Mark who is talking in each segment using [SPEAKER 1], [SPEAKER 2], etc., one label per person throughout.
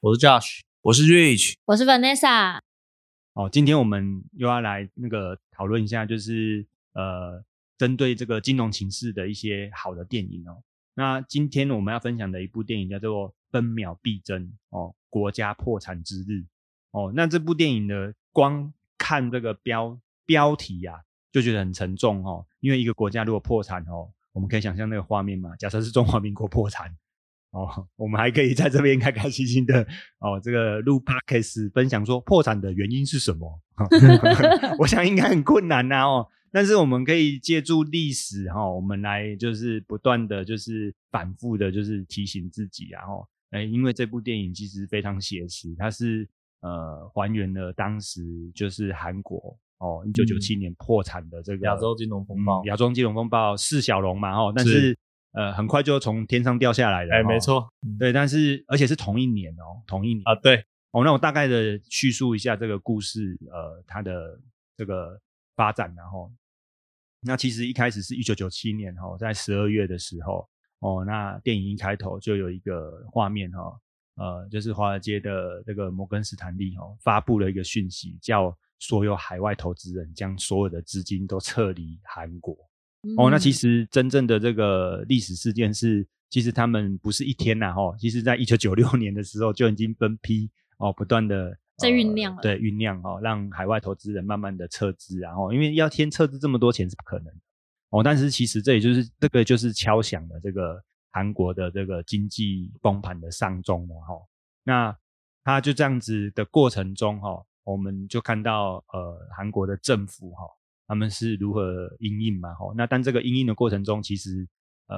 [SPEAKER 1] 我是 Josh，
[SPEAKER 2] 我是 Rich，
[SPEAKER 3] 我是 Vanessa，
[SPEAKER 4] 哦，今天我们又要来那个讨论一下，就是呃，针对这个金融情势的一些好的电影哦。那今天我们要分享的一部电影叫做《分秒必争》哦，《国家破产之日》哦。那这部电影呢，光看这个标标题啊呀、就觉得很沉重哦，因为一个国家如果破产哦，我们可以想象那个画面嘛。假设是中华民国破产哦，我们还可以在这边开开心心的哦，这个录 podcast 分享说破产的原因是什么？ 我想应该很困难呐、哦。但是我们可以借助历史哈、哦，我们来就是不断的就是反复的，就是提醒自己、啊，然后哎，因为这部电影其实非常写实，它是呃还原了当时就是韩国哦一九九七年破产的这个
[SPEAKER 1] 亚洲金融风暴
[SPEAKER 4] 嗯亚洲金融风暴四小龙嘛哦，但是呃很快就从天上掉下来了，
[SPEAKER 1] 哎，
[SPEAKER 4] 哦
[SPEAKER 1] 没错
[SPEAKER 4] 对，但是而且是同一年哦，同一年
[SPEAKER 1] 啊，对，
[SPEAKER 4] 哦，那我大概的叙述一下这个故事，呃，它的这个发展，然后，那其实一开始是一九九七年哦，在十二月的时候，哦，那电影一开头就有一个画面哈、哦，呃，就是华尔街的这个摩根斯坦利哦，发布了一个讯息，叫所有海外投资人将所有的资金都撤离韩国。哦，
[SPEAKER 3] 嗯
[SPEAKER 4] 那其实真正的这个历史事件是，其实他们不是一天呐、哦，其实在一九九六年的时候就已经分批哦，不断的
[SPEAKER 3] 在酝酿了
[SPEAKER 4] 对，酝酿哦，让海外投资人慢慢的撤资、啊，然、后因为要先撤资这么多钱是不可能的哦，但是其实这也就是这个就是敲响了这个韩国的这个经济崩盘的丧钟了哈、哦。那他就这样子的过程中哈、哦，我们就看到呃韩国的政府哈、他们是如何因应嘛？吼，那但这个因应的过程中，其实呃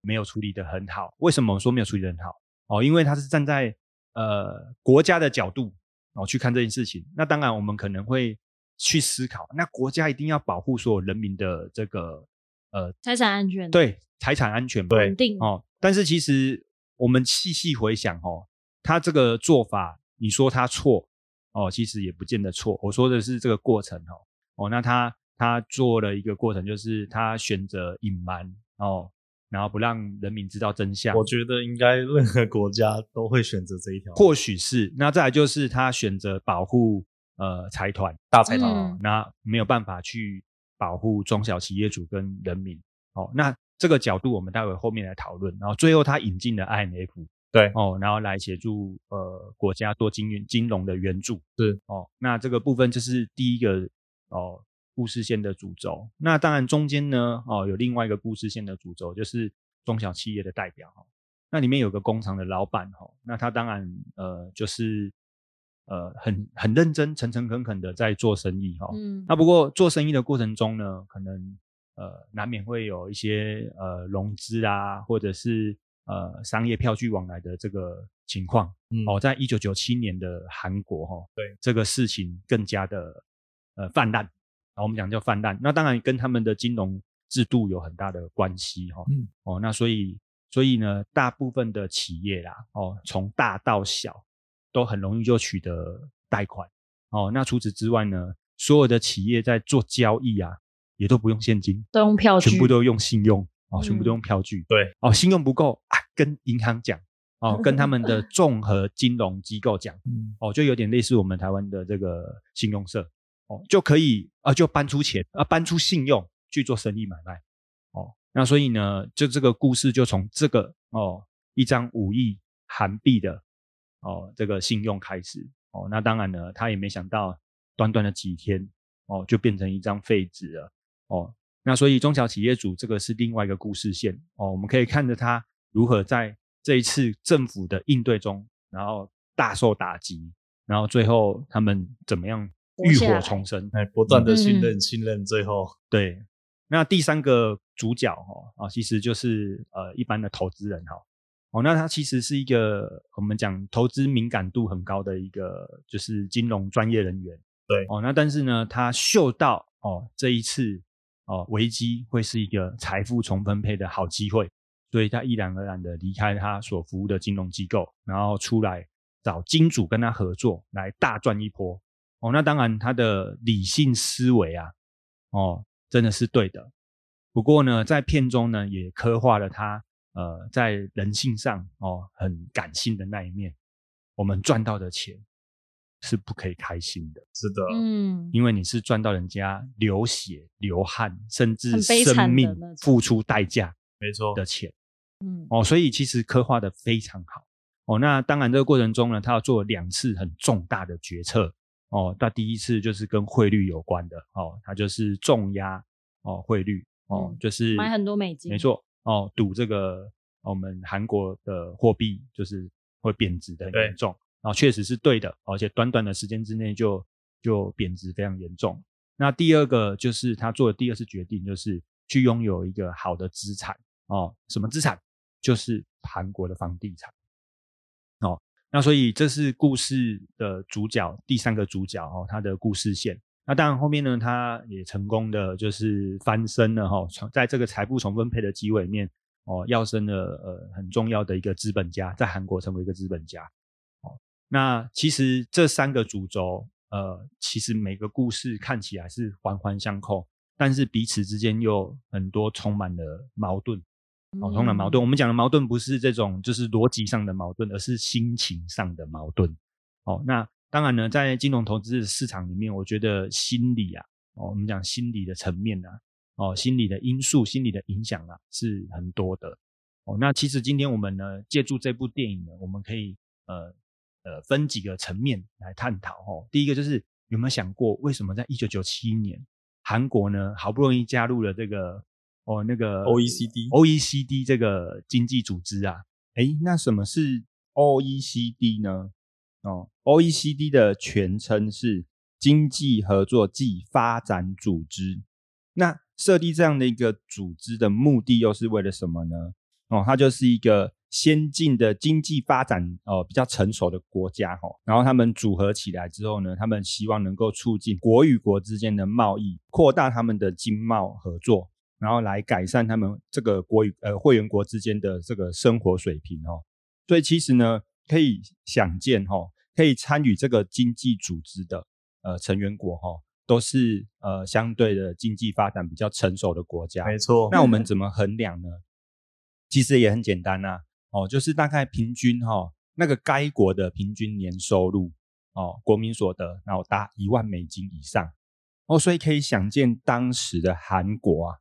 [SPEAKER 4] 没有处理的很好。为什么我说没有处理的很好？哦，因为他是站在呃国家的角度哦去看这件事情。那当然，我们可能会去思考，那国家一定要保护所有人民的这个呃
[SPEAKER 3] 财产安全
[SPEAKER 4] 对财产安全嘛
[SPEAKER 1] 对
[SPEAKER 3] 稳定
[SPEAKER 4] 哦。但是其实我们细细回想哦，他这个做法，你说他错哦，其实也不见得错。我说的是这个过程哦。哦，那他他做了一个过程，就是他选择隐瞒哦，然后不让人民知道真相。
[SPEAKER 1] 我觉得应该任何国家都会选择这一条
[SPEAKER 4] 或许是那再来就是他选择保护呃财团，
[SPEAKER 1] 大
[SPEAKER 3] 财团嗯
[SPEAKER 4] 那没有办法去保护中小企业主跟人民。哦，那这个角度我们待会后面来讨论。然后最后他引进了 IMF，
[SPEAKER 1] 对
[SPEAKER 4] 哦，然后来协助呃国家做金融金融的援助。
[SPEAKER 1] 是
[SPEAKER 4] 哦，那这个部分就是第一个哦故事线的主轴。那当然中间呢哦有另外一个故事线的主轴，就是中小企业的代表、哦。那里面有个工厂的老板哦，那他当然呃就是呃很很认真、诚诚恳恳的在做生意哦。
[SPEAKER 3] 嗯
[SPEAKER 4] 那不过做生意的过程中呢，可能呃难免会有一些呃融资啊，或者是呃商业票据往来的这个情况。
[SPEAKER 1] 嗯
[SPEAKER 4] 哦，在一九九七年的韩国哈、哦，
[SPEAKER 1] 对
[SPEAKER 4] 这个事情更加的呃泛滥，然后我们讲叫泛滥，那当然跟他们的金融制度有很大的关系哈、哦。
[SPEAKER 1] 嗯
[SPEAKER 4] 哦，那所以所以呢，大部分的企业啦，哦，从大到小都很容易就取得贷款。哦，那除此之外呢，所有的企业在做交易啊，也都不用现金，
[SPEAKER 3] 都用票据，
[SPEAKER 4] 全部都用信用哦，
[SPEAKER 3] 嗯
[SPEAKER 4] 全部都用票据。
[SPEAKER 1] 对，
[SPEAKER 4] 哦，信用不够啊，跟银行讲哦，跟他们 的综合金融机构讲
[SPEAKER 1] 嗯
[SPEAKER 4] 哦，就有点类似我们台湾的这个信用社哦，就可以啊，就搬出钱啊，搬出信用去做生意买卖哦。那所以呢，就这个故事就从这个哦一张五亿韩币的哦这个信用开始哦。那当然呢，他也没想到短短的几天哦，就变成一张废纸了哦。那所以中小企业主这个是另外一个故事线哦，我们可以看着他如何在这一次政府的应对中，然后大受打击，然后最后他们怎么样
[SPEAKER 3] 活
[SPEAKER 4] 浴
[SPEAKER 3] 下
[SPEAKER 4] 火
[SPEAKER 3] 来
[SPEAKER 4] 重生？
[SPEAKER 1] 哎，不断的信
[SPEAKER 3] 嗯
[SPEAKER 1] 任，信任，最后
[SPEAKER 4] 对，那第三个主角哈、哦、啊，其实就是呃一般的投资人哈、哦，那它其实是一个我们讲投资敏感度很高的一个就是金融专业人员。
[SPEAKER 1] 对
[SPEAKER 4] 哦，那但是呢，他嗅到哦这一次哦危机会是一个财富重分配的好机会，所以他毅然而然的离开他所服务的金融机构，然后出来找金主跟他合作来大赚一波。哦，那当然他的理性思维啊，哦真的是对的。不过呢，在片中呢也刻画了他呃在人性上哦很感性的那一面。我们赚到的钱是不可以开心的。
[SPEAKER 1] 是的，
[SPEAKER 3] 嗯，
[SPEAKER 4] 因为你是赚到人家流血、流汗，甚至
[SPEAKER 3] 很悲惨的
[SPEAKER 4] 生命
[SPEAKER 3] 那种
[SPEAKER 4] 付出代价
[SPEAKER 1] 没错，
[SPEAKER 4] 的钱
[SPEAKER 3] 嗯，
[SPEAKER 4] 哦，所以其实刻画的非常好哦。那当然，这个过程中呢，他要做两次很重大的决策哦。那第一次就是跟汇率有关的哦，他就是重压哦汇率哦，
[SPEAKER 3] 嗯
[SPEAKER 4] 就是
[SPEAKER 3] 买很多美金
[SPEAKER 4] 没错哦，赌这个哦我们韩国的货币就是会贬值的很
[SPEAKER 1] 对
[SPEAKER 4] 严重，然后确实是对的，而且短短的时间之内就就贬值非常严重。那第二个就是他做的第二次决定，就是去拥有一个好的资产哦，什么资产？就是韩国的房地产哦。那所以这是故事的主角第三个主角哦，他的故事线。那当然后面呢，他也成功的就是翻身了哈、哦，从在这个财富重分配的机会里面哦，要升了呃很重要的一个资本家，在韩国成为一个资本家。哦，那其实这三个主轴呃，其实每个故事看起来是环环相扣，但是彼此之间又很多充满了矛盾。哦，充满
[SPEAKER 3] 嗯
[SPEAKER 4] 矛盾。我们讲的矛盾不是这种就是逻辑上的矛盾，而是心情上的矛盾。哦，那当然呢，在金融投资市场里面，我觉得心理啊，哦，我们讲心理的层面啊，哦，心理的因素、心理的影响啊，是很多的。哦，那其实今天我们呢，借助这部电影呢，我们可以呃呃分几个层面来探讨哦。第一个就是有没有想过，为什么在一九九七年韩国呢，好不容易加入了这个哦那个
[SPEAKER 1] OECD
[SPEAKER 4] OECD E 这个经济组织啊，诶，那什么是
[SPEAKER 5] OECD E 呢？哦，OECD 的全称是经济合作暨发展组织。那设立这样的一个组织的目的又是为了什么呢？哦，它就是一个先进的经济发展呃比较成熟的国家哦，然后他们组合起来之后呢，他们希望能够促进国与国之间的贸易，扩大他们的经贸合作，然后来改善他们这个国与呃会员国之间的这个生活水平哦。所以其实呢，可以想见哈、哦，可以参与这个经济组织的呃成员国哈、哦，都是呃相对的经济发展比较成熟的国家。
[SPEAKER 1] 没错，
[SPEAKER 5] 那我们怎么衡量呢？其实也很简单呐、哦，就是大概平均哈、哦，那个该国的平均年收入哦，国民所得，然后达一万美金以上哦，所以可以想见当时的韩国啊，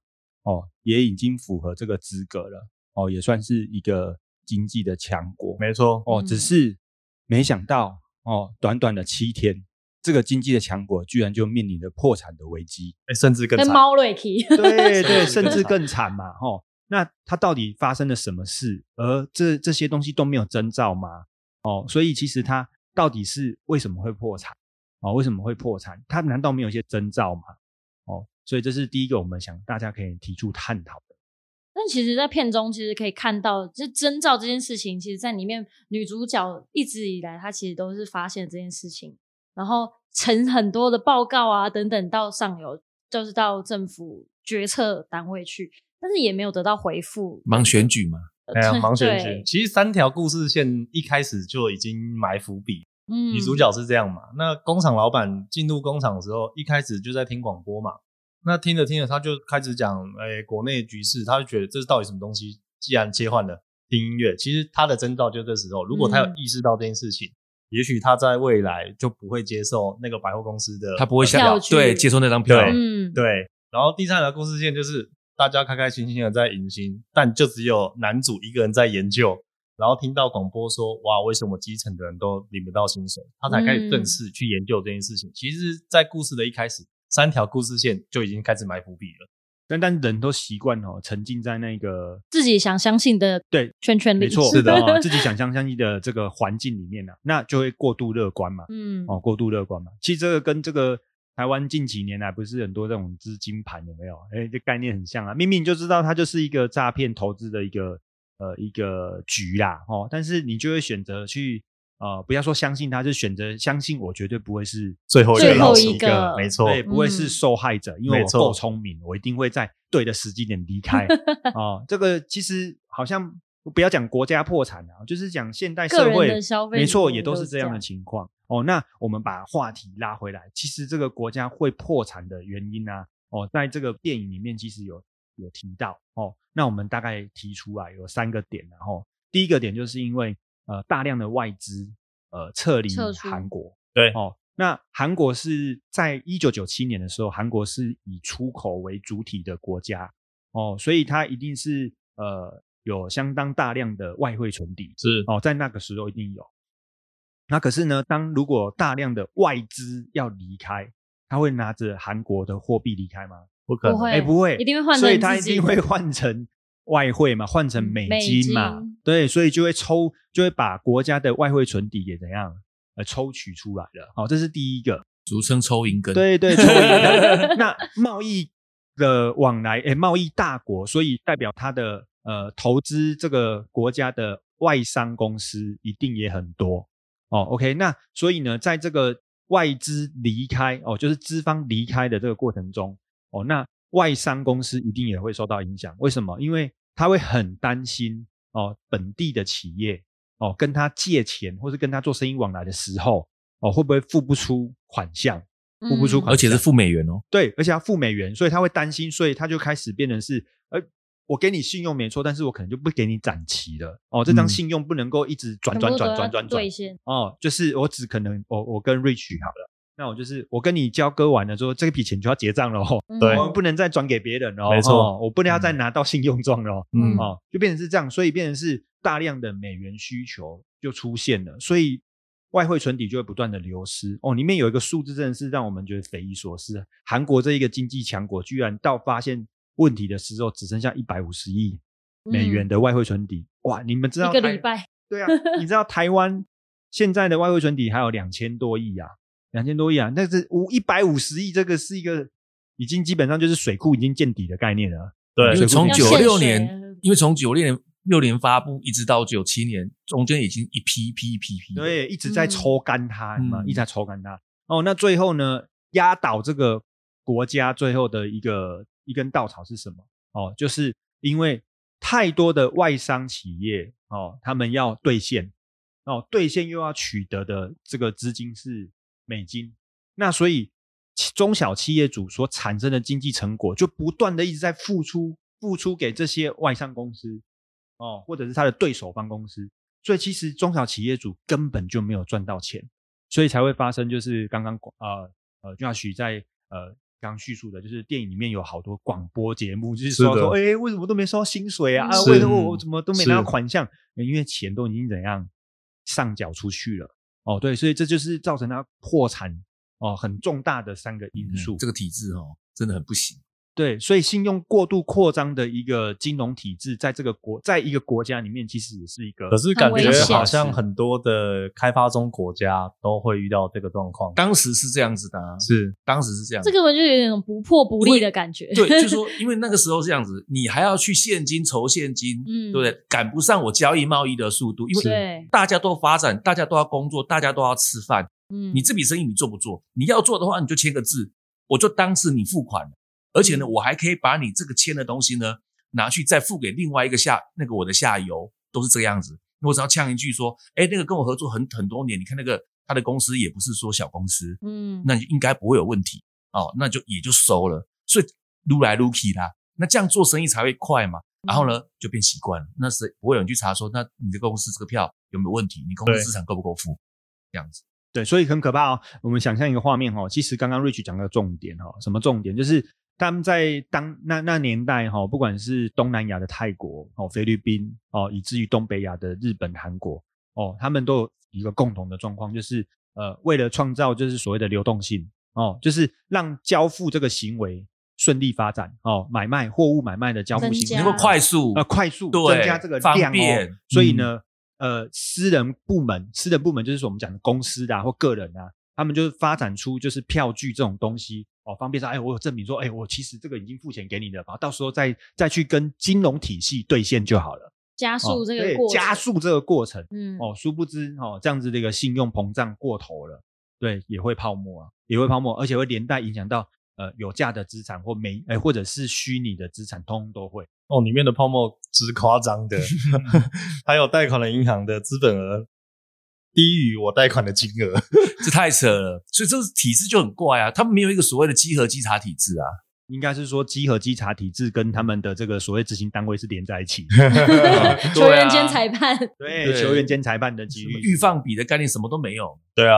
[SPEAKER 5] 哦，也已经符合这个资格了哦，也算是一个经济的强国。
[SPEAKER 1] 没错，
[SPEAKER 5] 哦，
[SPEAKER 3] 嗯
[SPEAKER 5] 只是没想到哦，短短的七天，这个经济的强国居然就面临着破产的危机。
[SPEAKER 1] 诶哎甚至更
[SPEAKER 3] 跟
[SPEAKER 1] 惨，
[SPEAKER 3] 猫瑞奇，
[SPEAKER 4] 对对，
[SPEAKER 1] 甚
[SPEAKER 4] 甚
[SPEAKER 1] 至
[SPEAKER 4] 至
[SPEAKER 1] 更
[SPEAKER 4] 更惨嘛，吼、那它到底发生了什么事？而这这些东西都没有征兆吗？哦，所以其实它到底是为什么会破产？哦，为什么会破产？它难道没有一些征兆吗？哦，所以这是第一个我们想大家可以提出探讨的。
[SPEAKER 3] 但其实，在片中其实可以看到，就是征兆这件事情，其实在里面女主角一直以来她其实都是发现这件事情，然后呈很多的报告啊等等到上游，就是到政府决策单位去，但是也没有得到回复。
[SPEAKER 2] 忙选举嘛，
[SPEAKER 1] 哎呀，盲选 举。
[SPEAKER 3] 对
[SPEAKER 1] 其实三条故事线一开始就已经埋伏笔，
[SPEAKER 3] 嗯，
[SPEAKER 1] 女主角是这样嘛？那工厂老板进入工厂的时候，一开始就在听广播嘛。那听着听着，他就开始讲，哎、国内局势，他就觉得这是到底什么东西？既然切换了听音乐，其实他的征兆就这时候。如果他有
[SPEAKER 3] 嗯
[SPEAKER 1] 意识到这件事情，也许他在未来就不会接受那个百货公司的，呃
[SPEAKER 2] 他不会
[SPEAKER 3] 票
[SPEAKER 2] 想
[SPEAKER 3] 据
[SPEAKER 2] 对接受那张票，
[SPEAKER 1] 对
[SPEAKER 3] 嗯，
[SPEAKER 1] 对。然后第三条故事线就是大家开开心心的在迎新，但就只有男主一个人在研究，然后听到广播说哇，为什么基层的人都领不到薪水，他才开始正
[SPEAKER 3] 嗯
[SPEAKER 1] 式去研究这件事情。其实，在故事的一开始，三条故事线就已经开始埋伏笔了。
[SPEAKER 4] 但但人都习惯哦，沉浸在那个
[SPEAKER 3] 自己想相信的
[SPEAKER 4] 对
[SPEAKER 3] 圈
[SPEAKER 2] 嗯
[SPEAKER 3] 圈里，
[SPEAKER 4] 没错
[SPEAKER 1] 是的
[SPEAKER 3] 啊
[SPEAKER 4] 哦自己想象相信的这个环境里面呢、啊，那就会过度乐观嘛。
[SPEAKER 3] 嗯，
[SPEAKER 4] 哦，过度乐观嘛。其实这个跟这个台湾近几年来不是很多这种资金盘有没有？哎，这概念很像啊。明明就知道它就是一个诈骗投资的一个呃一个局啦，哦，但是你就会选择去呃，不要说相信他，就选择相信我绝对不会是
[SPEAKER 1] 最后一
[SPEAKER 3] 最
[SPEAKER 1] 个
[SPEAKER 3] 后
[SPEAKER 1] 老
[SPEAKER 3] 一
[SPEAKER 1] 师
[SPEAKER 3] 个
[SPEAKER 1] 没错，
[SPEAKER 4] 对，不会是
[SPEAKER 3] 嗯
[SPEAKER 4] 受害者，因为
[SPEAKER 1] 没
[SPEAKER 4] 我
[SPEAKER 1] 错
[SPEAKER 4] 够聪明，我一定会在对的时机点离 开。哦，这个其实好像不要讲国家破产啊，就是讲现代
[SPEAKER 3] 个
[SPEAKER 4] 社
[SPEAKER 3] 人
[SPEAKER 4] 会
[SPEAKER 3] 的消费，
[SPEAKER 4] 没错，也都是这样的。情况。哦，那我们把话题拉回来，其实这个国家会破产的原因啊，哦，在这个电影里面其实有有提到哦。那我们大概提出来有三个点，然后第一个点就是因为呃大量的外资呃撤离
[SPEAKER 3] 撤出
[SPEAKER 4] 韩国，
[SPEAKER 1] 对
[SPEAKER 4] 哦。那韩国是在一九九七年的时候，韩国是以出口为主体的国家哦，所以它一定是呃有相当大量的外汇存底，
[SPEAKER 1] 是
[SPEAKER 4] 哦，在那个时候一定有。那可是呢，当如果大量的外资要离开，他会拿着韩国的货币离开吗？
[SPEAKER 1] 不可
[SPEAKER 3] 不会
[SPEAKER 1] 能。
[SPEAKER 4] 哎，不会，
[SPEAKER 3] 一定会换成
[SPEAKER 4] 所以他一
[SPEAKER 3] 自己
[SPEAKER 4] 定会换成外汇嘛，换成美
[SPEAKER 3] 美
[SPEAKER 4] 金嘛，
[SPEAKER 3] 金
[SPEAKER 4] 对，所以就会抽，就会把国家的外汇存底也怎样，呃，抽取出来了。好、这是第一个。
[SPEAKER 2] 俗称抽银根，，
[SPEAKER 4] 对对，抽离的那贸易的往来，诶，贸易大国，所以代表它的呃投资这个国家的外商公司一定也很多哦。OK，那所以呢，在这个外资离开哦，就是资方离开的这个过程中哦，那外商公司一定也会受到影响。为什么？因为他会很担心哦，本地的企业哦跟他借钱或是跟他做生意往来的时候哦，会不会付不出款项？
[SPEAKER 3] 嗯
[SPEAKER 4] 付不出款
[SPEAKER 2] 而且是付美元哦，
[SPEAKER 4] 对，而且要付美元，所以他会担心，所以他就开始变成是，呃，我给你信用没错，但是我可能就不给你展期了。哦，这张
[SPEAKER 2] 嗯
[SPEAKER 4] 信用不能够一直转
[SPEAKER 3] 全
[SPEAKER 4] 转
[SPEAKER 3] 部都
[SPEAKER 4] 转
[SPEAKER 3] 要
[SPEAKER 4] 转转转
[SPEAKER 3] 兑，现，
[SPEAKER 4] 哦，就是我只可能我我跟 Rich 好了，那我就是我跟你交割完了之后，这笔钱就要结账了哦，
[SPEAKER 3] 嗯
[SPEAKER 1] 对
[SPEAKER 4] 我们不能再转给别人了哦，
[SPEAKER 1] 没错嗯
[SPEAKER 4] 哦我不能要再拿到信用状了哦。
[SPEAKER 3] 嗯
[SPEAKER 4] 哦，就变成是这样，所以变成是大量的美元需求就出现了，所以外汇存底就会不断的流失。哦，里面有一个数字真的是让我们觉得匪夷所思，啊韩国这一个经济强国，居然到发现问题的时候只剩下一百五十亿美元
[SPEAKER 3] 嗯
[SPEAKER 4] 的外汇存底，哇！你们知道
[SPEAKER 3] 一个
[SPEAKER 4] 台
[SPEAKER 3] 礼拜，
[SPEAKER 4] 对 啊，你知道台湾现在的外汇存底还有两千多亿啊，两千多亿啊，那是五一百五十亿，这个是一个已经基本上就是水库已经见底的概念了。啊
[SPEAKER 2] 因
[SPEAKER 1] 对
[SPEAKER 2] 为，从
[SPEAKER 3] 要
[SPEAKER 2] 九
[SPEAKER 3] 现
[SPEAKER 2] 六
[SPEAKER 3] 水
[SPEAKER 2] 年，
[SPEAKER 3] 了
[SPEAKER 2] 因为从九六年六年发布一直到九七年，中间已经一批一批一批一批，，
[SPEAKER 4] 对，一直在
[SPEAKER 3] 嗯
[SPEAKER 4] 抽干它，嘛、
[SPEAKER 2] 嗯
[SPEAKER 4] 一直在抽干它。哦，那最后呢，压倒这个国家最后的一个一根稻草是什么？哦，就是因为太多的外商企业哦，他们要兑现，哦，兑现又要取得的这个资金是美金，那所以其中小企业主所产生的经济成果，就不断的一直在付出，付出给这些外商公司，哦，或者是他的对手方公司，所以其实中小企业主根本就没有赚到钱，所以才会发生就是刚刚呃呃 Josh 在呃刚叙述的，就是电影里面有好多广播节目，就是说
[SPEAKER 1] 是的
[SPEAKER 4] 说，哎、为什么都没收到薪水啊？啊，
[SPEAKER 3] 是
[SPEAKER 4] 为什么我怎么都没拿到
[SPEAKER 1] 是
[SPEAKER 4] 款项？因为钱都已经怎样上缴出去了。哦，对，所以这就是造成它破产哦很重大的三个因素。
[SPEAKER 2] 嗯这个体制哦，真的很不行，
[SPEAKER 4] 对，所以信用过度扩张的一个金融体制，在这个国，在一个国家里面，其实也是一个
[SPEAKER 1] 可是感
[SPEAKER 3] 很危
[SPEAKER 1] 觉
[SPEAKER 3] 险
[SPEAKER 1] 好像很多的开发中国家都会遇到这个状况。
[SPEAKER 2] 当时是这样子的、啊，
[SPEAKER 1] 是
[SPEAKER 2] 当时是这样子
[SPEAKER 3] 这。个我就有点不破不立的感觉。
[SPEAKER 2] 对， 就说因为那个时候是这样子，你还要去现金筹现金，
[SPEAKER 3] 嗯
[SPEAKER 2] 对不对？赶不上我交易贸易的速度，因为
[SPEAKER 3] 对，
[SPEAKER 2] 大家都发展，大家都要工作，大家都要吃饭。
[SPEAKER 3] 嗯，
[SPEAKER 2] 你这笔生意你做不做？你要做的话，你就签个字，我就当是你付款了。而且呢，
[SPEAKER 3] 嗯
[SPEAKER 2] 我还可以把你这个签的东西呢，拿去再付给另外一个下那个我的下游，都是这个样子。我只要呛一句说，哎，那个跟我合作很很多年，你看那个他的公司也不是说小公司，
[SPEAKER 3] 嗯，
[SPEAKER 2] 那就应该不会有问题哦，那就也就收了。所以撸来撸去啦，那这样做生意才会快嘛。然后呢，
[SPEAKER 3] 嗯
[SPEAKER 2] 就变习惯了。那是不会有人去查说，那你的公司这个票有没有问题？你公司
[SPEAKER 1] 对
[SPEAKER 2] 资产够不够付？这样子，
[SPEAKER 4] 对，所以很可怕哦。我们想象一个画面哦，其实刚刚 Rich 讲到重点哦，什么重点？就是他们在当那那年代哈、哦，不管是东南亚的泰国哦、菲律宾哦，以至于东北亚的日本、韩国哦，他们都有一个共同的状况，就是呃，为了创造就是所谓的流动性哦，就是让交付这个行为顺利发展哦，买卖货物买卖的交付
[SPEAKER 3] 增
[SPEAKER 4] 行
[SPEAKER 3] 加
[SPEAKER 4] 为
[SPEAKER 2] 能够快速
[SPEAKER 1] 啊
[SPEAKER 4] 呃快速
[SPEAKER 2] 对
[SPEAKER 4] 增加这个
[SPEAKER 2] 方
[SPEAKER 4] 量哦
[SPEAKER 2] 便。嗯
[SPEAKER 4] 所以呢，呃，私人部门，私人部门就是我们讲的公司的、啊、或个人啊，他们就是发展出就是票据这种东西哦，方便说，哎，我有证明说，哎，我其实这个已经付钱给你的，然后到时候再再去跟金融体系兑现就好了。
[SPEAKER 3] 加速这个
[SPEAKER 4] 对
[SPEAKER 3] 过程，
[SPEAKER 4] 加，速这个过程。
[SPEAKER 3] 嗯，
[SPEAKER 4] 哦，殊不知哦，这样子的一个信用膨胀过头了，对，也会泡沫啊，也会泡沫，而且会连带影响到呃有价的资产或没哎、或者是虚拟的资产，通通都会。
[SPEAKER 1] 哦，里面的泡沫之夸张 的，还有贷款的银行的资本额低于我贷款的金额，
[SPEAKER 2] 这太扯了。所以这体制就很怪啊，他们没有一个所谓的稽核稽查体制啊。
[SPEAKER 4] 应该是说稽核稽查体制跟他们的这个所谓执行单位是连在一起的，
[SPEAKER 3] 球员
[SPEAKER 2] 对啊
[SPEAKER 3] 兼裁判，
[SPEAKER 4] 对
[SPEAKER 2] 对
[SPEAKER 4] 球员兼裁判的几
[SPEAKER 2] 什么
[SPEAKER 4] 率
[SPEAKER 2] 预放比的概念什么都没有，
[SPEAKER 1] 对啊，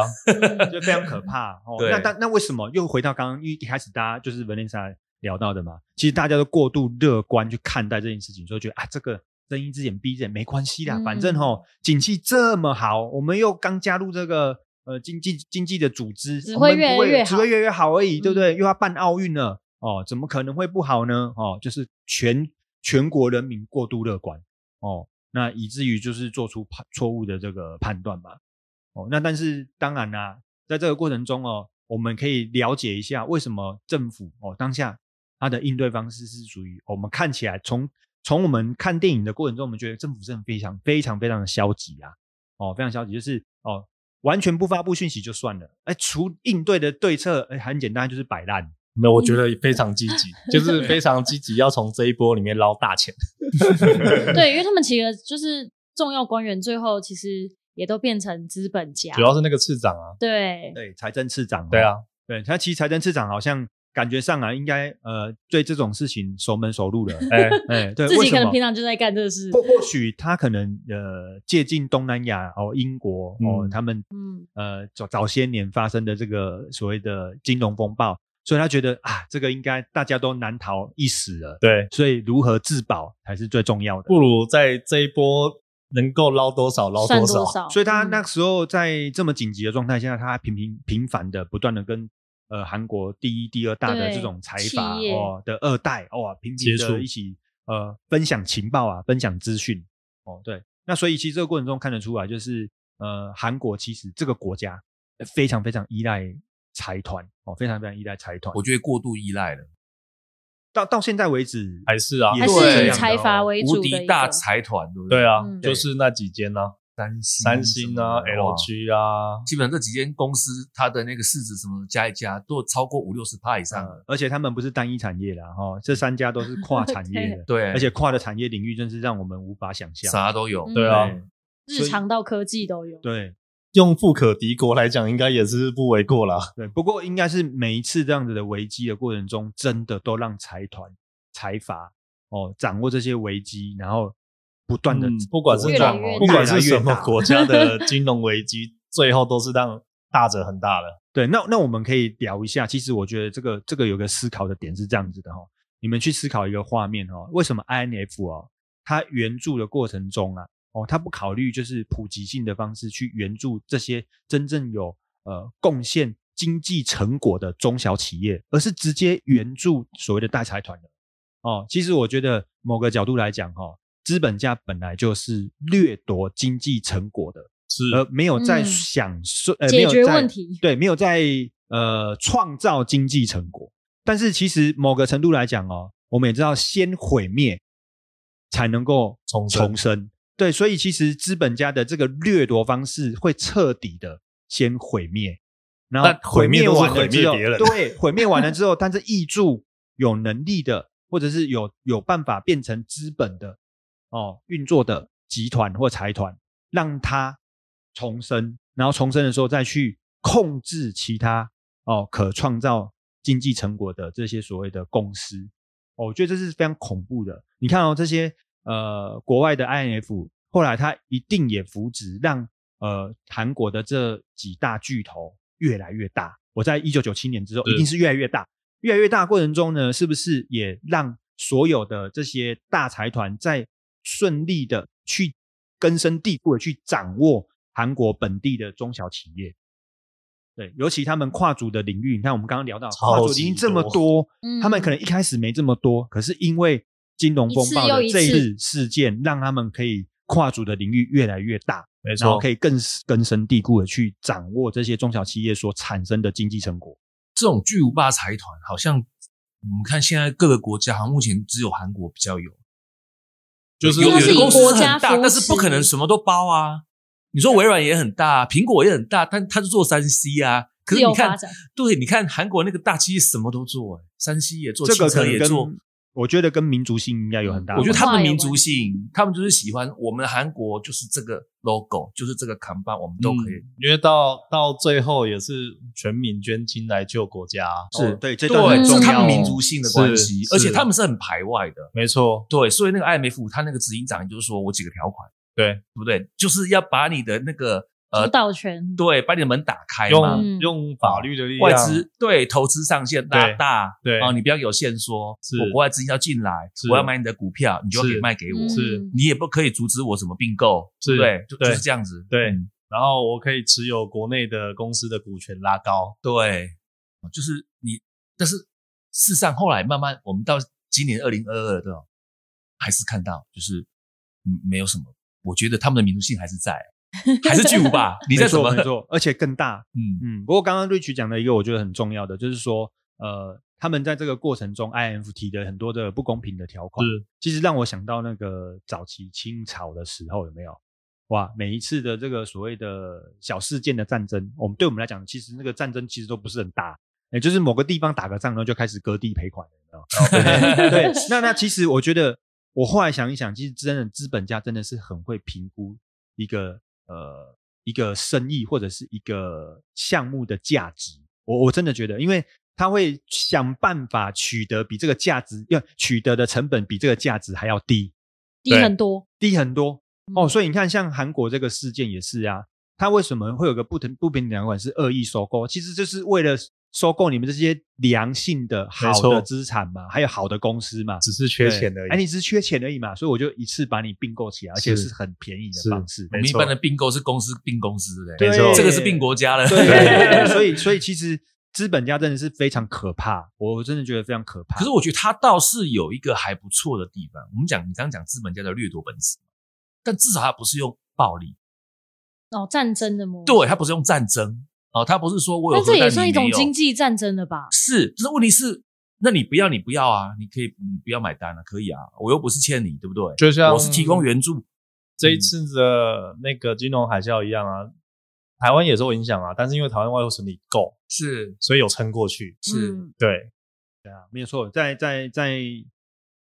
[SPEAKER 4] 就非常可 怕哦。
[SPEAKER 2] 对
[SPEAKER 4] 那但那为什么又回到刚刚因为一开始大家就是 Vanessa 聊到的嘛？其实大家都过度乐观去看待这件事情，所以觉得啊，这个睁一只眼闭一只眼没关系啦，
[SPEAKER 3] 嗯
[SPEAKER 4] 反正哦，景气这么好，我们又刚加入这个呃经济经济的组织，
[SPEAKER 3] 只
[SPEAKER 4] 我们
[SPEAKER 3] 会越来
[SPEAKER 4] 不会
[SPEAKER 3] 越
[SPEAKER 4] 只会越来越好而已，
[SPEAKER 3] 嗯
[SPEAKER 4] 对不对？又要办奥运了哦，怎么可能会不好呢？哦，就是全全国人民过度乐观哦。那以至于就是做出判错误的这个判断嘛，哦，那但是当然啦、在这个过程中哦，我们可以了解一下为什么政府哦当下它的应对方式是属于我们看起来从从我们看电影的过程中，我们觉得政府是很非常非常非常的消极啊，哦，非常消极，就是哦完全不发布讯息就算了，哎，除应对的对策，哎，很简单，就是摆烂。
[SPEAKER 1] 没有，我觉得非常积 极，就是非常积极，要从这一波里面捞大钱。
[SPEAKER 3] 对，因为他们其实就是重要官员，最后其实也都变成资本家
[SPEAKER 1] 主，要是那个市长啊，
[SPEAKER 3] 对，
[SPEAKER 4] 对，财政次长、哦
[SPEAKER 1] 对，啊，
[SPEAKER 4] 对他其实财政次长好像感觉上啊，应该呃对这种事情熟门熟 路了，
[SPEAKER 1] 哎，
[SPEAKER 4] 哎，对，
[SPEAKER 3] 自
[SPEAKER 4] 为什
[SPEAKER 3] 己可能
[SPEAKER 4] 么
[SPEAKER 3] 平常就在干这事，
[SPEAKER 4] 或或许他可能呃借鉴东南亚哦，英国哦，
[SPEAKER 1] 嗯
[SPEAKER 4] 他们
[SPEAKER 3] 嗯，
[SPEAKER 4] 呃早早些年发生的这个所谓的金融风暴，所以他觉得啊，这个应该大家都难逃一死了，
[SPEAKER 1] 对，
[SPEAKER 4] 所以如何自保才是最重要的。
[SPEAKER 1] 不如在这一波能够捞多少捞
[SPEAKER 3] 算
[SPEAKER 1] 多
[SPEAKER 3] 多
[SPEAKER 1] 少。
[SPEAKER 3] 少？
[SPEAKER 4] 所以他
[SPEAKER 3] 嗯
[SPEAKER 4] 那时候在这么紧急的状态下，他还频频频繁的不断的跟呃韩国第一、第二大的
[SPEAKER 3] 对
[SPEAKER 4] 这种财阀
[SPEAKER 3] 企业
[SPEAKER 4] 哦的二代哦，频频
[SPEAKER 1] 接
[SPEAKER 4] 的
[SPEAKER 1] 触
[SPEAKER 4] 一起呃分享情报啊，分享资讯哦，对。那所以其实这个过程中看得出来，就是呃韩国其实这个国家呃非常非常依赖财团哦，非常非常依赖财团
[SPEAKER 2] 我。觉得过度依赖了，
[SPEAKER 4] 到到现在为止，
[SPEAKER 1] 还是啊，
[SPEAKER 4] 也
[SPEAKER 3] 还
[SPEAKER 4] 对这
[SPEAKER 3] 是以
[SPEAKER 4] 样的
[SPEAKER 3] 财阀为主
[SPEAKER 2] 哦无
[SPEAKER 3] 的
[SPEAKER 2] 敌
[SPEAKER 3] 一
[SPEAKER 2] 大
[SPEAKER 3] 个
[SPEAKER 2] 财团，对不
[SPEAKER 1] 对
[SPEAKER 2] 啊，
[SPEAKER 1] 啊
[SPEAKER 3] 嗯，
[SPEAKER 4] 对
[SPEAKER 1] 就是那几间啊，
[SPEAKER 2] 三星、
[SPEAKER 1] 三星啊、
[SPEAKER 2] 什么的哇
[SPEAKER 1] LG 啊，
[SPEAKER 2] 基本上这几间公司它的那个市值什么加一加，都超过五六十趴以上
[SPEAKER 1] 嗯
[SPEAKER 2] 了。
[SPEAKER 4] 呃而且他们不是单一产业啦，哈、哦，这三家都是跨产业 的，
[SPEAKER 2] 对，
[SPEAKER 4] 而且跨的产业领域真是让我们无法想象。
[SPEAKER 2] 啥都
[SPEAKER 3] 嗯
[SPEAKER 2] 有。
[SPEAKER 1] 对啊，
[SPEAKER 3] 日常到科技都有，
[SPEAKER 4] 对
[SPEAKER 1] 用富可敌国来讲，应该也是不为过啦。
[SPEAKER 4] 对，不过应该是每一次这样子的危机的过程中，真的都让财团、财阀哦掌握这些危机，然后不断的、
[SPEAKER 1] 嗯不管是
[SPEAKER 3] 越来
[SPEAKER 1] 哪，
[SPEAKER 3] 越大
[SPEAKER 1] 不管是什么
[SPEAKER 4] 国，
[SPEAKER 1] 国家的金融危机， 最后都是让大者很大的。
[SPEAKER 4] 对，那那我们可以聊一下。其实我觉得这个这个有个思考的点是这样子的哈、哦，你们去思考一个画面哦，为什么 INF 哦，它援助的过程中啊，哦，它不考虑就是普及性的方式去援助这些真正有呃贡献经济成果的中小企业，而是直接援助所谓的大财团的。哦，其实我觉得某个角度来讲哈、哦，资本家本来就是掠夺经济成果的，
[SPEAKER 1] 是
[SPEAKER 4] 而没有在
[SPEAKER 3] 嗯
[SPEAKER 4] 享受、
[SPEAKER 2] 哎
[SPEAKER 4] 呃没
[SPEAKER 3] 解
[SPEAKER 4] 有
[SPEAKER 3] 决
[SPEAKER 4] 在
[SPEAKER 3] 问题，
[SPEAKER 4] 对，没有在呃创造经济成果。但是其实某个程度来讲哦，我们也知道，先毁灭才能够
[SPEAKER 1] 重生
[SPEAKER 4] 重生。对，所以其实资本家的这个掠夺方式会彻底的先毁灭，然后
[SPEAKER 1] 但毁灭
[SPEAKER 4] 灭
[SPEAKER 1] 都是
[SPEAKER 4] 完了
[SPEAKER 1] 毁灭
[SPEAKER 4] 之后，
[SPEAKER 1] 别 人
[SPEAKER 4] 对，毁灭完了之后，但是挹注有能力的，或者是有有办法变成资本的哦运作的集团或财团，让它重生，然后重生的时候再去控制其他哦可创造经济成果的这些所谓的公司。哦，我觉得这是非常恐怖的。你看哦，这些呃国外的 INF，后来它一定也扶植让呃韩国的这几大巨头越来越大。我在一九九七年之后，
[SPEAKER 1] 是
[SPEAKER 4] 一定是越来越大，越来越大的过程中呢，是不是也让所有的这些大财团在顺利的去根深蒂固的去掌握韩国本地的中小企业？对，尤其他们跨足的领域，你看我们刚刚聊到跨足
[SPEAKER 1] 超级
[SPEAKER 4] 已经这么
[SPEAKER 1] 多
[SPEAKER 4] 多，
[SPEAKER 3] 嗯
[SPEAKER 4] 他们可能一开始没这么多，可是因为金融风暴的
[SPEAKER 3] 一次
[SPEAKER 4] 这
[SPEAKER 3] 又一
[SPEAKER 4] 一
[SPEAKER 3] 次
[SPEAKER 4] 次事件，让他们可以跨足的领域越来越大，
[SPEAKER 1] 没
[SPEAKER 4] 然后
[SPEAKER 1] 错
[SPEAKER 4] 可，以更根深蒂固的去掌握这些中小企业所产生的经济成果。
[SPEAKER 2] 这种巨无霸财团，好像我们看现在各个国家，好像目前只有韩国比较有。
[SPEAKER 1] 就是
[SPEAKER 2] 有
[SPEAKER 3] 因为
[SPEAKER 2] 有
[SPEAKER 3] 是
[SPEAKER 2] 的
[SPEAKER 3] 以
[SPEAKER 2] 公
[SPEAKER 3] 国
[SPEAKER 2] 司是
[SPEAKER 3] 家
[SPEAKER 2] 很大，
[SPEAKER 3] 扶
[SPEAKER 2] 但是不可能
[SPEAKER 3] 持
[SPEAKER 2] 什么都包啊。你说微软也很大，苹果也很大，但它是做三 C 啊。
[SPEAKER 3] 自
[SPEAKER 2] 可是
[SPEAKER 3] 由
[SPEAKER 2] 你
[SPEAKER 3] 发
[SPEAKER 2] 看，
[SPEAKER 3] 展，
[SPEAKER 2] 对，你看韩国那个大企业什么都做、欸，三 C 也做，
[SPEAKER 4] 这个
[SPEAKER 2] 汽
[SPEAKER 4] 可
[SPEAKER 2] 车
[SPEAKER 4] 能
[SPEAKER 2] 也
[SPEAKER 4] 跟
[SPEAKER 2] 做。
[SPEAKER 4] 我觉得跟民族性应该有很大的
[SPEAKER 2] 嗯我
[SPEAKER 4] 关系。
[SPEAKER 2] 觉得他们
[SPEAKER 3] 文化有
[SPEAKER 2] 民族性，他们就是喜欢我们韩国就是这个 logo，就是这个 c o m b i n 我们都可
[SPEAKER 4] 嗯
[SPEAKER 2] 以。
[SPEAKER 1] 因为到到最后也是全民捐精来救国家，
[SPEAKER 4] 是
[SPEAKER 2] 嗯
[SPEAKER 1] 哦
[SPEAKER 4] 对这段
[SPEAKER 2] 对，
[SPEAKER 4] 很
[SPEAKER 2] 这
[SPEAKER 4] 重
[SPEAKER 2] 是
[SPEAKER 4] 要哦，
[SPEAKER 2] 他们民族性的关系，
[SPEAKER 1] 是
[SPEAKER 2] 而且
[SPEAKER 1] 是
[SPEAKER 2] 他们是很排外的。
[SPEAKER 1] 没错，
[SPEAKER 2] 对，所以那个 IMF 他那个执行长就是说我几个条款，
[SPEAKER 1] 对，
[SPEAKER 2] 对不对？就是要把你的那个呃
[SPEAKER 3] 主，导权，
[SPEAKER 2] 对，把你的门打开嘛。
[SPEAKER 3] 嗯
[SPEAKER 1] 用用法律的力量，
[SPEAKER 2] 外资对投资上限拉
[SPEAKER 1] 对
[SPEAKER 2] 大，
[SPEAKER 1] 对
[SPEAKER 2] 哦，你不要有限说，
[SPEAKER 1] 是
[SPEAKER 2] 我国外资金要进来
[SPEAKER 1] 是，
[SPEAKER 2] 我要买你的股票，你就可以
[SPEAKER 1] 是
[SPEAKER 2] 卖给我，
[SPEAKER 3] 嗯
[SPEAKER 1] 是
[SPEAKER 2] 你也不可以阻止我什么并购，
[SPEAKER 1] 是
[SPEAKER 2] 对不对？就就
[SPEAKER 1] 对
[SPEAKER 2] 是这样子，
[SPEAKER 1] 对
[SPEAKER 2] 嗯
[SPEAKER 1] 然后我可以持有国内的公司的股权拉高，
[SPEAKER 2] 对，就是你，但是事实上后来慢慢，我们到今年二零二二的，还是看到就是嗯，没有什么，我觉得他们的民族性还是在，还是巨无霸，你
[SPEAKER 4] 没
[SPEAKER 2] 在什
[SPEAKER 4] 错
[SPEAKER 2] 么
[SPEAKER 4] 没错，而且更大，
[SPEAKER 2] 嗯
[SPEAKER 4] 嗯，不过刚刚瑞奇讲的一个我觉得很重要的，就是说，呃，他们在这个过程中，INFT 的很多的不公平的条款
[SPEAKER 1] 是，
[SPEAKER 4] 其实让我想到那个早期清朝的时候，有没有？哇，每一次的这个所谓的小事件的战争，我们对我们来讲，其实那个战争其实都不是很大，也就是某个地方打个仗，然后就开始割地赔款了，有没有？对，那那其实我觉得，我后来想一想，其实真的资本家真的是很会评估一个呃一个生意或者是一个项目的价值。我我真的觉得，因为他会想办法取得比这个价值要取得的成本比这个价值还要低
[SPEAKER 3] 低很多。
[SPEAKER 4] 低很多哦。
[SPEAKER 3] 嗯
[SPEAKER 4] 所以你看，像韩国这个事件也是啊，他为什么会有个不平不平等条款是恶意收购？其实就是为了。收购你们这些良性的、好
[SPEAKER 1] 没错
[SPEAKER 4] 的资产嘛，还有好的公司嘛，
[SPEAKER 1] 只是缺
[SPEAKER 4] 对
[SPEAKER 1] 钱而
[SPEAKER 4] 哎，
[SPEAKER 1] 已。
[SPEAKER 4] 你只是缺钱而已嘛，所以我就一次把你并购起来，而且
[SPEAKER 1] 是
[SPEAKER 4] 是很便宜的
[SPEAKER 1] 是
[SPEAKER 4] 方式。
[SPEAKER 2] 我
[SPEAKER 1] 没
[SPEAKER 2] 们一
[SPEAKER 1] 错
[SPEAKER 2] 般的并购是公司并公司，对不
[SPEAKER 1] 没
[SPEAKER 2] 对？
[SPEAKER 1] 错
[SPEAKER 2] 这个是并国家了。
[SPEAKER 4] 对， 所以所以其实资本家真的是非常可怕，我真的觉得非常可怕。
[SPEAKER 2] 可是我觉得他倒是有一个还不错的地方。我们讲，你刚刚讲资本家的掠夺本质，但至少他不是用暴力，
[SPEAKER 3] 哦，战争的模式，
[SPEAKER 2] 对他不是用战争哦，他不是说我有
[SPEAKER 3] 但
[SPEAKER 2] 核
[SPEAKER 3] 这
[SPEAKER 2] 弹，哦
[SPEAKER 3] 也算一种
[SPEAKER 2] 你没有
[SPEAKER 3] 经济战争了吧？
[SPEAKER 2] 是，就是问题是，那你不要，你不要啊，你可以你不要买单啊，可以啊，我又不是欠你，对不对？
[SPEAKER 1] 就像
[SPEAKER 2] 我是提供援助，
[SPEAKER 1] 啊
[SPEAKER 2] 嗯
[SPEAKER 1] 这一次的那个金融海啸一样啊，台湾也受影响啊，但是因为台湾外汇存底够，
[SPEAKER 2] 是
[SPEAKER 1] 所以有撑过去。
[SPEAKER 2] 是、
[SPEAKER 3] 嗯
[SPEAKER 1] 对，
[SPEAKER 4] 啊没有错，在在在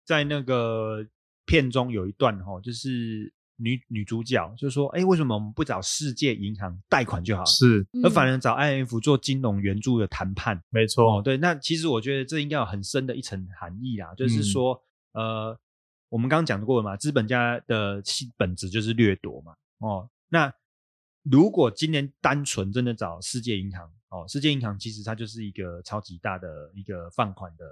[SPEAKER 4] 在那个片中有一段哈、哦，就是女女主角就说：“哎，为什么我们不找世界银行贷款就好了？”
[SPEAKER 1] 是
[SPEAKER 3] 嗯
[SPEAKER 4] 而反而找 IMF 做金融援助的谈判，
[SPEAKER 1] 没
[SPEAKER 4] 哦，
[SPEAKER 1] 错，
[SPEAKER 4] 对，那其实我觉得这应该有很深的一层含义啦，就是
[SPEAKER 2] 嗯
[SPEAKER 4] 说，呃，我们刚刚讲过了嘛，资本家的其本质就是掠夺嘛，哦，那如果今年单纯真的找世界银行，哦，世界银行其实它就是一个超级大的一个放款的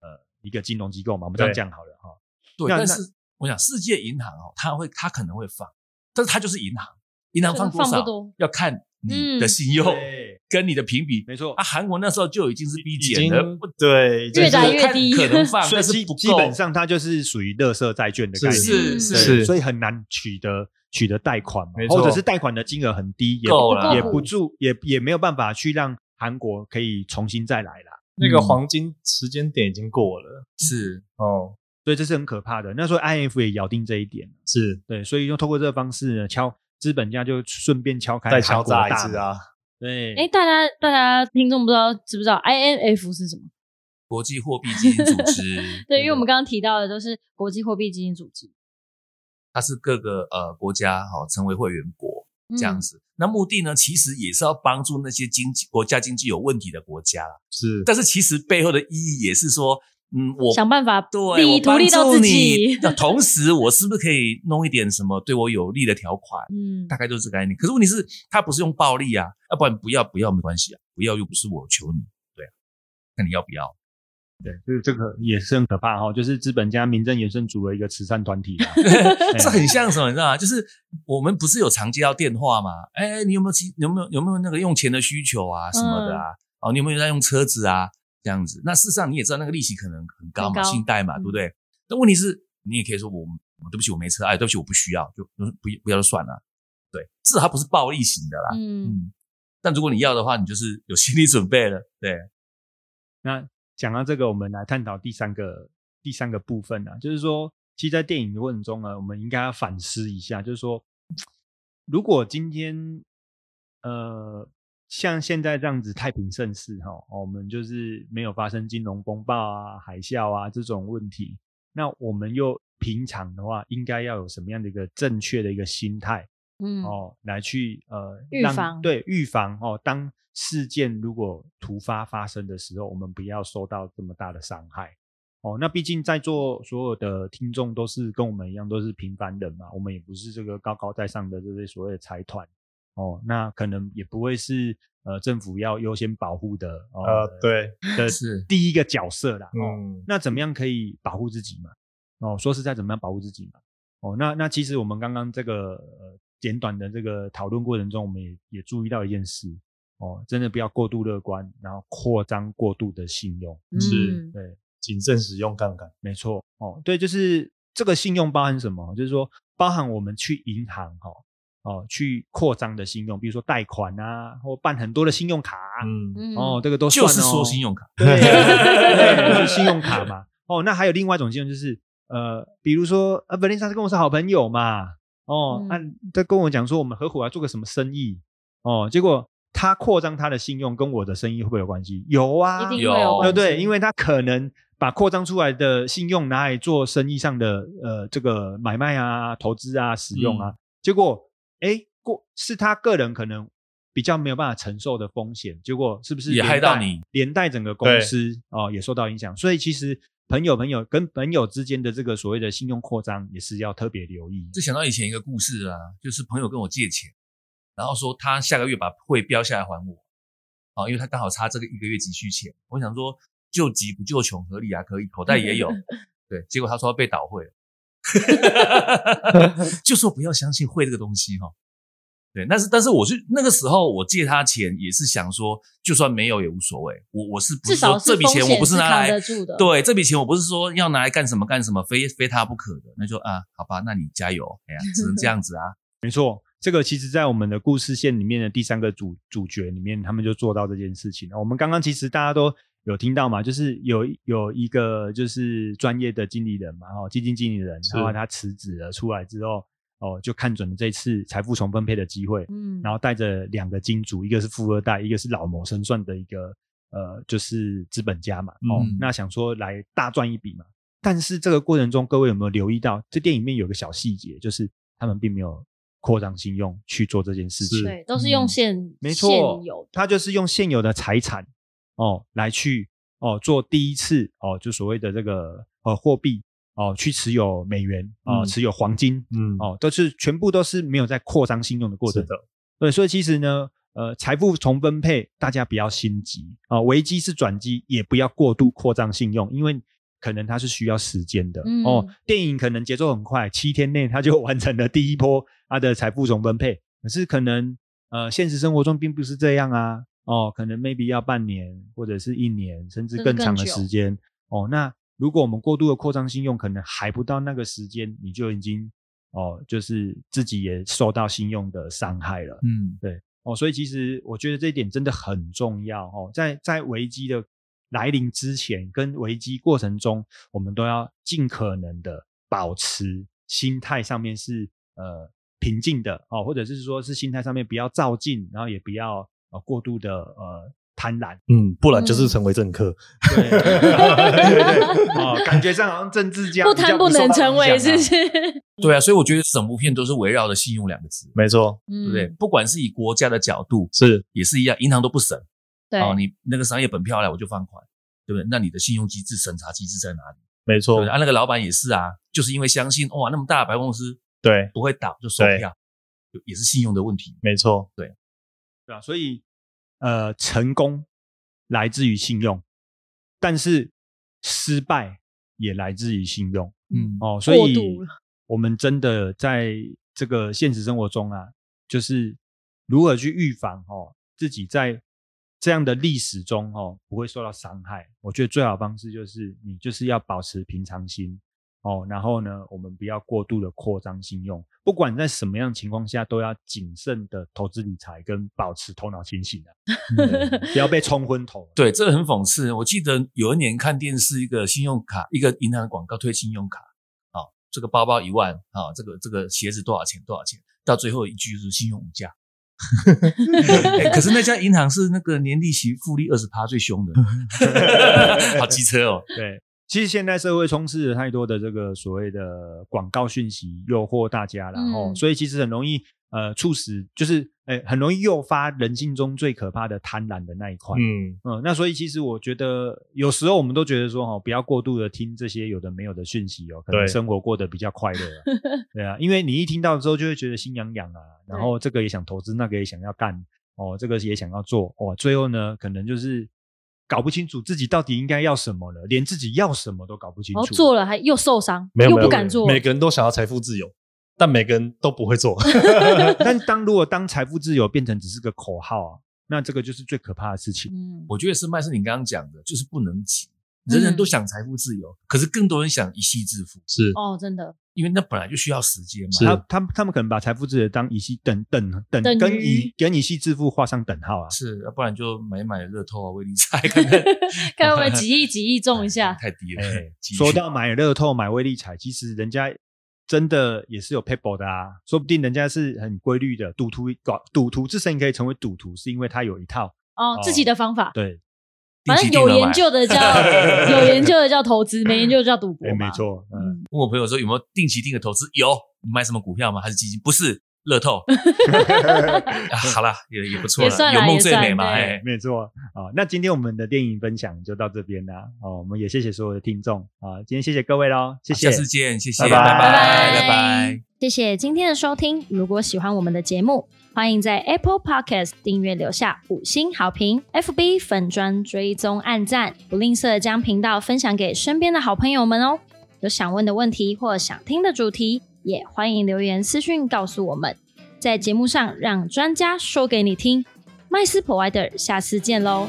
[SPEAKER 4] 呃一个金融机构嘛，我们这样
[SPEAKER 1] 对
[SPEAKER 4] 讲好了哈、哦，
[SPEAKER 2] 对。
[SPEAKER 4] 那
[SPEAKER 2] 但
[SPEAKER 4] 那
[SPEAKER 2] 是我想，世界银行哦，它会，它可能会放，但是它就是银行，银行放多
[SPEAKER 3] 放
[SPEAKER 2] 少
[SPEAKER 3] 不多
[SPEAKER 2] 要看你
[SPEAKER 3] 嗯
[SPEAKER 2] 的信用、
[SPEAKER 4] 对
[SPEAKER 2] 跟你的评比。
[SPEAKER 4] 没错
[SPEAKER 2] 啊，，韩国那时候就已经是逼
[SPEAKER 1] 已
[SPEAKER 2] 减
[SPEAKER 1] 经
[SPEAKER 2] 了，不
[SPEAKER 1] 对，已经
[SPEAKER 3] 越
[SPEAKER 1] 是
[SPEAKER 3] 来越低
[SPEAKER 2] 看可能放，
[SPEAKER 4] 所以
[SPEAKER 2] 但是
[SPEAKER 4] 基
[SPEAKER 2] 不
[SPEAKER 4] 基
[SPEAKER 2] 够
[SPEAKER 4] 本上它就是属于垃圾债券的概念，
[SPEAKER 2] 是
[SPEAKER 3] 嗯
[SPEAKER 2] 是
[SPEAKER 4] 对
[SPEAKER 1] 是
[SPEAKER 4] 所以很难取得取得贷款嘛
[SPEAKER 1] 没，错
[SPEAKER 4] 或者是贷款的金额很低，也
[SPEAKER 2] 够了
[SPEAKER 4] 也
[SPEAKER 3] 够
[SPEAKER 4] 不住，也也没有办法去让韩国可以重新再来啦，
[SPEAKER 1] 那个黄金时间点已经过了。
[SPEAKER 2] 嗯是
[SPEAKER 1] 哦，
[SPEAKER 4] 所以这是很可怕的。那所以 IF 也咬定这一点，
[SPEAKER 1] 是
[SPEAKER 4] 对，所以就通过这个方式呢，敲资本家就顺便敲开
[SPEAKER 1] 再敲
[SPEAKER 4] 韩国大
[SPEAKER 1] 诈一次
[SPEAKER 4] 门，
[SPEAKER 1] 啊！
[SPEAKER 4] 对，
[SPEAKER 2] 嗯
[SPEAKER 3] 哎，大家大家听众不知道知不知道 INF 是什么？，
[SPEAKER 2] 国际货币基金组织
[SPEAKER 3] 对，因为我们刚刚提到的都是国际货币基金组织
[SPEAKER 2] 它是各个呃国家哈、哦、成为会员国，这样，
[SPEAKER 3] 嗯
[SPEAKER 2] 子。那目的呢，其实也是要帮助那些经济国家经济有问题的国家啦。
[SPEAKER 1] 是
[SPEAKER 2] 但是其实背后的意义也是说，嗯，我
[SPEAKER 3] 想办法
[SPEAKER 2] 对
[SPEAKER 3] 利
[SPEAKER 2] 我
[SPEAKER 3] 图
[SPEAKER 2] 帮
[SPEAKER 3] 利到
[SPEAKER 2] 助
[SPEAKER 3] 自
[SPEAKER 2] 你
[SPEAKER 3] 己，，
[SPEAKER 2] 那同时我是不是可以弄一点什么对我有利的条款？
[SPEAKER 3] 嗯
[SPEAKER 2] 大概就是这个概念。可是问题是，他不是用暴力啊，要不然不要不要没关系啊，不要又不是我求你，对啊，那你要不 要？
[SPEAKER 4] 就是这个也是很可怕哈、哦，就是资本家民政延伸组了一个慈善团体啦，
[SPEAKER 2] 这很像什么，你知道吗？就是我们不是有常接到电话吗？哎，你有没有其有没有有没有那个用钱的需求啊什么的啊？
[SPEAKER 3] 嗯
[SPEAKER 2] 哦，你有没有在用车子啊？这样子，那事实上你也知道那个利息可能很高嘛，
[SPEAKER 3] 很高
[SPEAKER 2] 信贷嘛，
[SPEAKER 3] 嗯
[SPEAKER 2] 对不对？但问题是，你也可以说我我对不起我没车，哎，对不起我不需要，就不不要就算了。对，至少它不是暴力型的啦。
[SPEAKER 3] 嗯，
[SPEAKER 2] 嗯，但如果你要的话，你就是有心理准备了。对，
[SPEAKER 4] 那讲到这个，我们来探讨第三个第三个部分啊，就是说其实，在电影的过程中啊呢，我们应该要反思一下，就是说，如果今天呃像现在这样子太平盛世哈、哦，我们就是没有发生金融风暴啊、海啸啊这种问题，那我们又平常的话，应该要有什么样的一个正确的一个心态？
[SPEAKER 3] 嗯，
[SPEAKER 4] 哦，来去呃
[SPEAKER 3] 预
[SPEAKER 4] 让
[SPEAKER 3] 防
[SPEAKER 4] 对预防哦，当事件如果突发发生的时候，我们不要受到这么大的伤害。哦，那毕竟在座所有的听众都是跟我们一样，都是平凡人嘛，我们也不是这个高高在上的这些所谓的财团哦，那可能也不会是呃政府要优先保护的哦、
[SPEAKER 1] 呃，对，
[SPEAKER 4] 的
[SPEAKER 2] 是
[SPEAKER 4] 第一个角色啦。哦，
[SPEAKER 1] 嗯，
[SPEAKER 4] 那怎么样可以保护自己嘛？哦，说实在，怎么样保护自己嘛？哦，那那其实我们刚刚这个呃简短的这个讨论过程中，我们也也注意到一件事哦，真的不要过度乐观，然后扩张过度的信用。
[SPEAKER 1] 是
[SPEAKER 3] 嗯
[SPEAKER 4] 对，
[SPEAKER 1] 谨慎使用杠杆，
[SPEAKER 4] 没错。哦，对，就是这个信用包含什么？就是说包含我们去银行哈哦去扩张的信用，比如说贷款啊，或办很多的信用卡啊、
[SPEAKER 1] 嗯，
[SPEAKER 3] 嗯
[SPEAKER 4] 哦，这个都算、
[SPEAKER 2] 就
[SPEAKER 4] 哦、
[SPEAKER 2] 是说信用卡，
[SPEAKER 4] 对，对信用卡嘛。哦，那还有另外一种信用就是，呃，比如说，呃，本来上次跟我是好朋友嘛，哦，
[SPEAKER 3] 嗯
[SPEAKER 4] 那、他跟我讲说我们合伙要做个什么生意，哦，结果他扩张他的信用跟我的生意会不会有关系？有啊，
[SPEAKER 3] 嗯一定
[SPEAKER 2] 有
[SPEAKER 3] 会
[SPEAKER 4] 对
[SPEAKER 3] 有关
[SPEAKER 4] 不对？
[SPEAKER 3] 系
[SPEAKER 4] 因为他可能把扩张出来的信用拿来做生意上的呃这个买卖啊、投资啊、使用
[SPEAKER 2] 嗯
[SPEAKER 4] 啊，结果诶过是他个人可能比较没有办法承受的风险，结果是不是
[SPEAKER 2] 也
[SPEAKER 4] 连
[SPEAKER 2] 害到
[SPEAKER 4] 带
[SPEAKER 2] 你，
[SPEAKER 4] 连带整个公
[SPEAKER 1] 对
[SPEAKER 4] 司哦也受到影响？所以其实朋友朋友跟朋友之间的这个所谓的信用扩张也是要特别留意。
[SPEAKER 2] 就想到以前一个故事啊，就是朋友跟我借钱，然后说他下个月把汇标下来还我，啊，因为他刚好差这个一个月急需钱。我想说救急不救穷，合理啊，可以，口袋也有。对，结果他说他被倒汇了，就说不要相信汇这个东西哈、对，但是但是我是那个时候我借他钱也是想说，就算没有也无所谓，我我是不
[SPEAKER 3] 至
[SPEAKER 2] 是
[SPEAKER 3] 少
[SPEAKER 2] 说这笔钱我不
[SPEAKER 3] 是
[SPEAKER 2] 拿
[SPEAKER 3] 扛
[SPEAKER 2] 来
[SPEAKER 3] 得住的，
[SPEAKER 2] 对，这笔钱我不是说要拿来干什么干什么，非非他不可的。那就啊，好吧，那你加油，哎呀，只能这样子啊。
[SPEAKER 4] 这个其实，在我们的故事线里面的第三个主主角里面，他们就做到这件事情。我们刚刚其实大家都有听到嘛，就是有有一个就是专业的经理人嘛，哦，基金经理人，
[SPEAKER 1] 是
[SPEAKER 4] 然后他辞职了，出来之后，哦，就看准了这次财富重分配的机会，
[SPEAKER 3] 嗯，
[SPEAKER 4] 然后带着两个金主，一个是富二代，一个是老谋深算的一个呃，就是资本家嘛。哦，
[SPEAKER 2] 嗯
[SPEAKER 4] 那想说来大赚一笔嘛。但是这个过程中，各位有没有留意到，这电影里面有个小细节，就是他们并没有扩张信用去做这件事情。
[SPEAKER 3] 对，都是用
[SPEAKER 2] 嗯
[SPEAKER 3] 现
[SPEAKER 4] 没
[SPEAKER 3] 现
[SPEAKER 4] 错
[SPEAKER 3] 有，
[SPEAKER 4] 他就是用现有的财产哦来去哦做第一次哦，就所谓的这个呃货币哦去持有美元哦、
[SPEAKER 1] 嗯
[SPEAKER 4] 持有黄金
[SPEAKER 1] 嗯，
[SPEAKER 4] 哦，都是全部都是没有在扩张信用的过
[SPEAKER 1] 是
[SPEAKER 4] 程
[SPEAKER 1] 的，
[SPEAKER 4] 对，所以其实呢，呃，财富重分配，大家不要心急啊、危机是转机，也不要过度扩张信用，因为可能它是需要时间的、
[SPEAKER 3] 嗯
[SPEAKER 4] 哦。电影可能节奏很快，七天内它就完成了第一波它的财富重分配，可是可能呃，现实生活中并不是这样啊。哦，可能 maybe 要半年或者是一年，甚至
[SPEAKER 3] 甚至
[SPEAKER 4] 更
[SPEAKER 3] 更
[SPEAKER 4] 长的
[SPEAKER 3] 久
[SPEAKER 4] 时间。哦，那如果我们过度的扩张信用，可能还不到那个时间，你就已经哦，就是自己也受到信用的伤害了。
[SPEAKER 2] 嗯，
[SPEAKER 4] 哦，所以其实我觉得这一点真的很重要哦，在在危机的来临之前，跟危机过程中，我们都要尽可能的保持心态上面是呃平静的哦，或者是说是心态上面不要躁进，然后也不要呃过度的呃贪婪，
[SPEAKER 1] 嗯，不然就是成为政客，
[SPEAKER 4] 对 对对，哦，感觉上好像政治家
[SPEAKER 3] 不
[SPEAKER 4] 比较
[SPEAKER 3] 贪不
[SPEAKER 4] 受
[SPEAKER 3] 能
[SPEAKER 4] 到
[SPEAKER 3] 成
[SPEAKER 4] 影
[SPEAKER 3] 为，
[SPEAKER 4] 响
[SPEAKER 3] 是
[SPEAKER 4] 啊
[SPEAKER 3] 不 是？
[SPEAKER 2] 对啊，所以我觉得整部片都是围绕着信用两个字，
[SPEAKER 1] 没错，
[SPEAKER 2] 对
[SPEAKER 3] 对
[SPEAKER 2] 不对？？不管是以国家的角度
[SPEAKER 1] 是
[SPEAKER 2] 也是一样，银行都不审
[SPEAKER 3] 对，
[SPEAKER 2] 啊，你那个商业本票来我就放款，对不对？那你的信用机制审查机制在哪里？
[SPEAKER 1] 没
[SPEAKER 2] 对
[SPEAKER 1] 错
[SPEAKER 2] 不对，啊，那个老板也是啊，就是因为相信哇，那么大的百货公司
[SPEAKER 1] 对，
[SPEAKER 2] 不会倒就收票，就也是信用的问题。
[SPEAKER 1] 没错，
[SPEAKER 4] 对啊，所以呃，成功来自于信用，但是失败也来自于信用
[SPEAKER 2] 嗯，
[SPEAKER 4] 哦。所
[SPEAKER 3] 过
[SPEAKER 4] 以
[SPEAKER 3] 度了
[SPEAKER 4] 我们真的在这个现实生活中啊，就是如何去预防哦自己在这样的历史中哦不会受到伤害。我觉得最好的方式就是你就是要保持平常心。哦，然后呢，我们不要过度的扩张信用，不管在什么样的情况下，都要谨慎的投资理财跟保持头脑清醒啊， 嗯不要被冲昏头。
[SPEAKER 2] 对，这个很讽刺。我记得有一年看电视，一个信用卡，一个银行的广告推信用卡，哦，这个包包一万啊，这个这个鞋子多少钱多少钱，到最后一句就是信用无价。 欸可是那家银行是那个年利息复利二十趴最 凶的，好机车哦！
[SPEAKER 4] 对，其实现代社会充斥着太多的这个所谓的广告讯息诱惑大家，然后、
[SPEAKER 3] 嗯
[SPEAKER 4] 所以其实很容易呃促使，就是哎、很容易诱发人性中最可怕的贪婪的那一块。嗯
[SPEAKER 1] 嗯，
[SPEAKER 4] 那所以其实我觉得有时候我们都觉得说哈、不要过度的听这些有的没有的讯息哦，可能
[SPEAKER 1] 对
[SPEAKER 4] 生活过得比较快乐、啊。对啊，因为你一听到之后就会觉得心痒痒啊，然后这个也想投资，那个也想要干，哦，这个也想要做，哦，最后呢，可能就是搞不清楚自己到底应该要什么了，连自己要什么都搞不清
[SPEAKER 3] 然后
[SPEAKER 4] 楚。
[SPEAKER 3] 哦做了还又受伤，
[SPEAKER 1] 没有
[SPEAKER 3] 又
[SPEAKER 1] 没有
[SPEAKER 3] 不敢做，
[SPEAKER 1] 每个人都想要财富自由，但每个人都不会 做。
[SPEAKER 4] 但当如果当财富自由变成只是个口号啊，那这个就是最可怕的事情。
[SPEAKER 3] 嗯，
[SPEAKER 2] 我觉得是麦是你刚刚讲的，就是不能急。人人都想财富自由，可是更多人想一夕致富，
[SPEAKER 1] 是，
[SPEAKER 3] 哦，真的，
[SPEAKER 2] 因为那本来就需要时间嘛。
[SPEAKER 1] 是
[SPEAKER 4] 他他们他们可能把财富自由当以息等等等
[SPEAKER 3] 等于
[SPEAKER 4] 跟以跟以息致富画上等号啊。
[SPEAKER 2] 是，要不然就买买乐透啊、微理财，看看
[SPEAKER 3] 看有没有几亿几亿中一 下，
[SPEAKER 2] 太低 了。
[SPEAKER 4] 哎
[SPEAKER 2] 急
[SPEAKER 4] 说到买乐透、买威力彩，其实人家真的也是有 people 的啊，说不定人家是很规律的赌徒，搞赌徒之所以可以成为赌徒，是因为他有一套
[SPEAKER 3] 哦，自己的方法，
[SPEAKER 4] 对，
[SPEAKER 3] 反正有研。
[SPEAKER 2] 定期定
[SPEAKER 3] 究
[SPEAKER 2] 额买
[SPEAKER 3] 的叫 有研究的叫投资，没研究的叫赌博
[SPEAKER 4] 哎
[SPEAKER 3] 嘛，
[SPEAKER 4] 没错，嗯，
[SPEAKER 3] 嗯，
[SPEAKER 2] 问我朋友说有没有定期定额投资？有，你买什么股票吗？还是基金？不是 乐透。啊好啦，也也不错
[SPEAKER 3] 也算
[SPEAKER 2] 啦，
[SPEAKER 3] 啦
[SPEAKER 2] 有梦最美嘛。
[SPEAKER 3] 也算
[SPEAKER 2] 哎，
[SPEAKER 4] 没错啊、那今天我们的电影分享就到这边啦。哦，我们也谢谢所有的听众啊、今天谢谢各位喽，谢谢，
[SPEAKER 2] 下次见，谢谢，
[SPEAKER 4] 拜拜
[SPEAKER 3] 拜
[SPEAKER 2] 拜拜拜。
[SPEAKER 3] 谢谢今天的收听。如果喜欢我们的节目，欢迎在 Apple Podcast 订阅留下五星好评，FB 粉砖追踪按赞，不吝啬将频道分享给身边的好朋友们哦。有想问的问题或想听的主题，也欢迎留言私讯告诉我们，在节目上让专家说给你听。麦斯 Provider，下次见喽，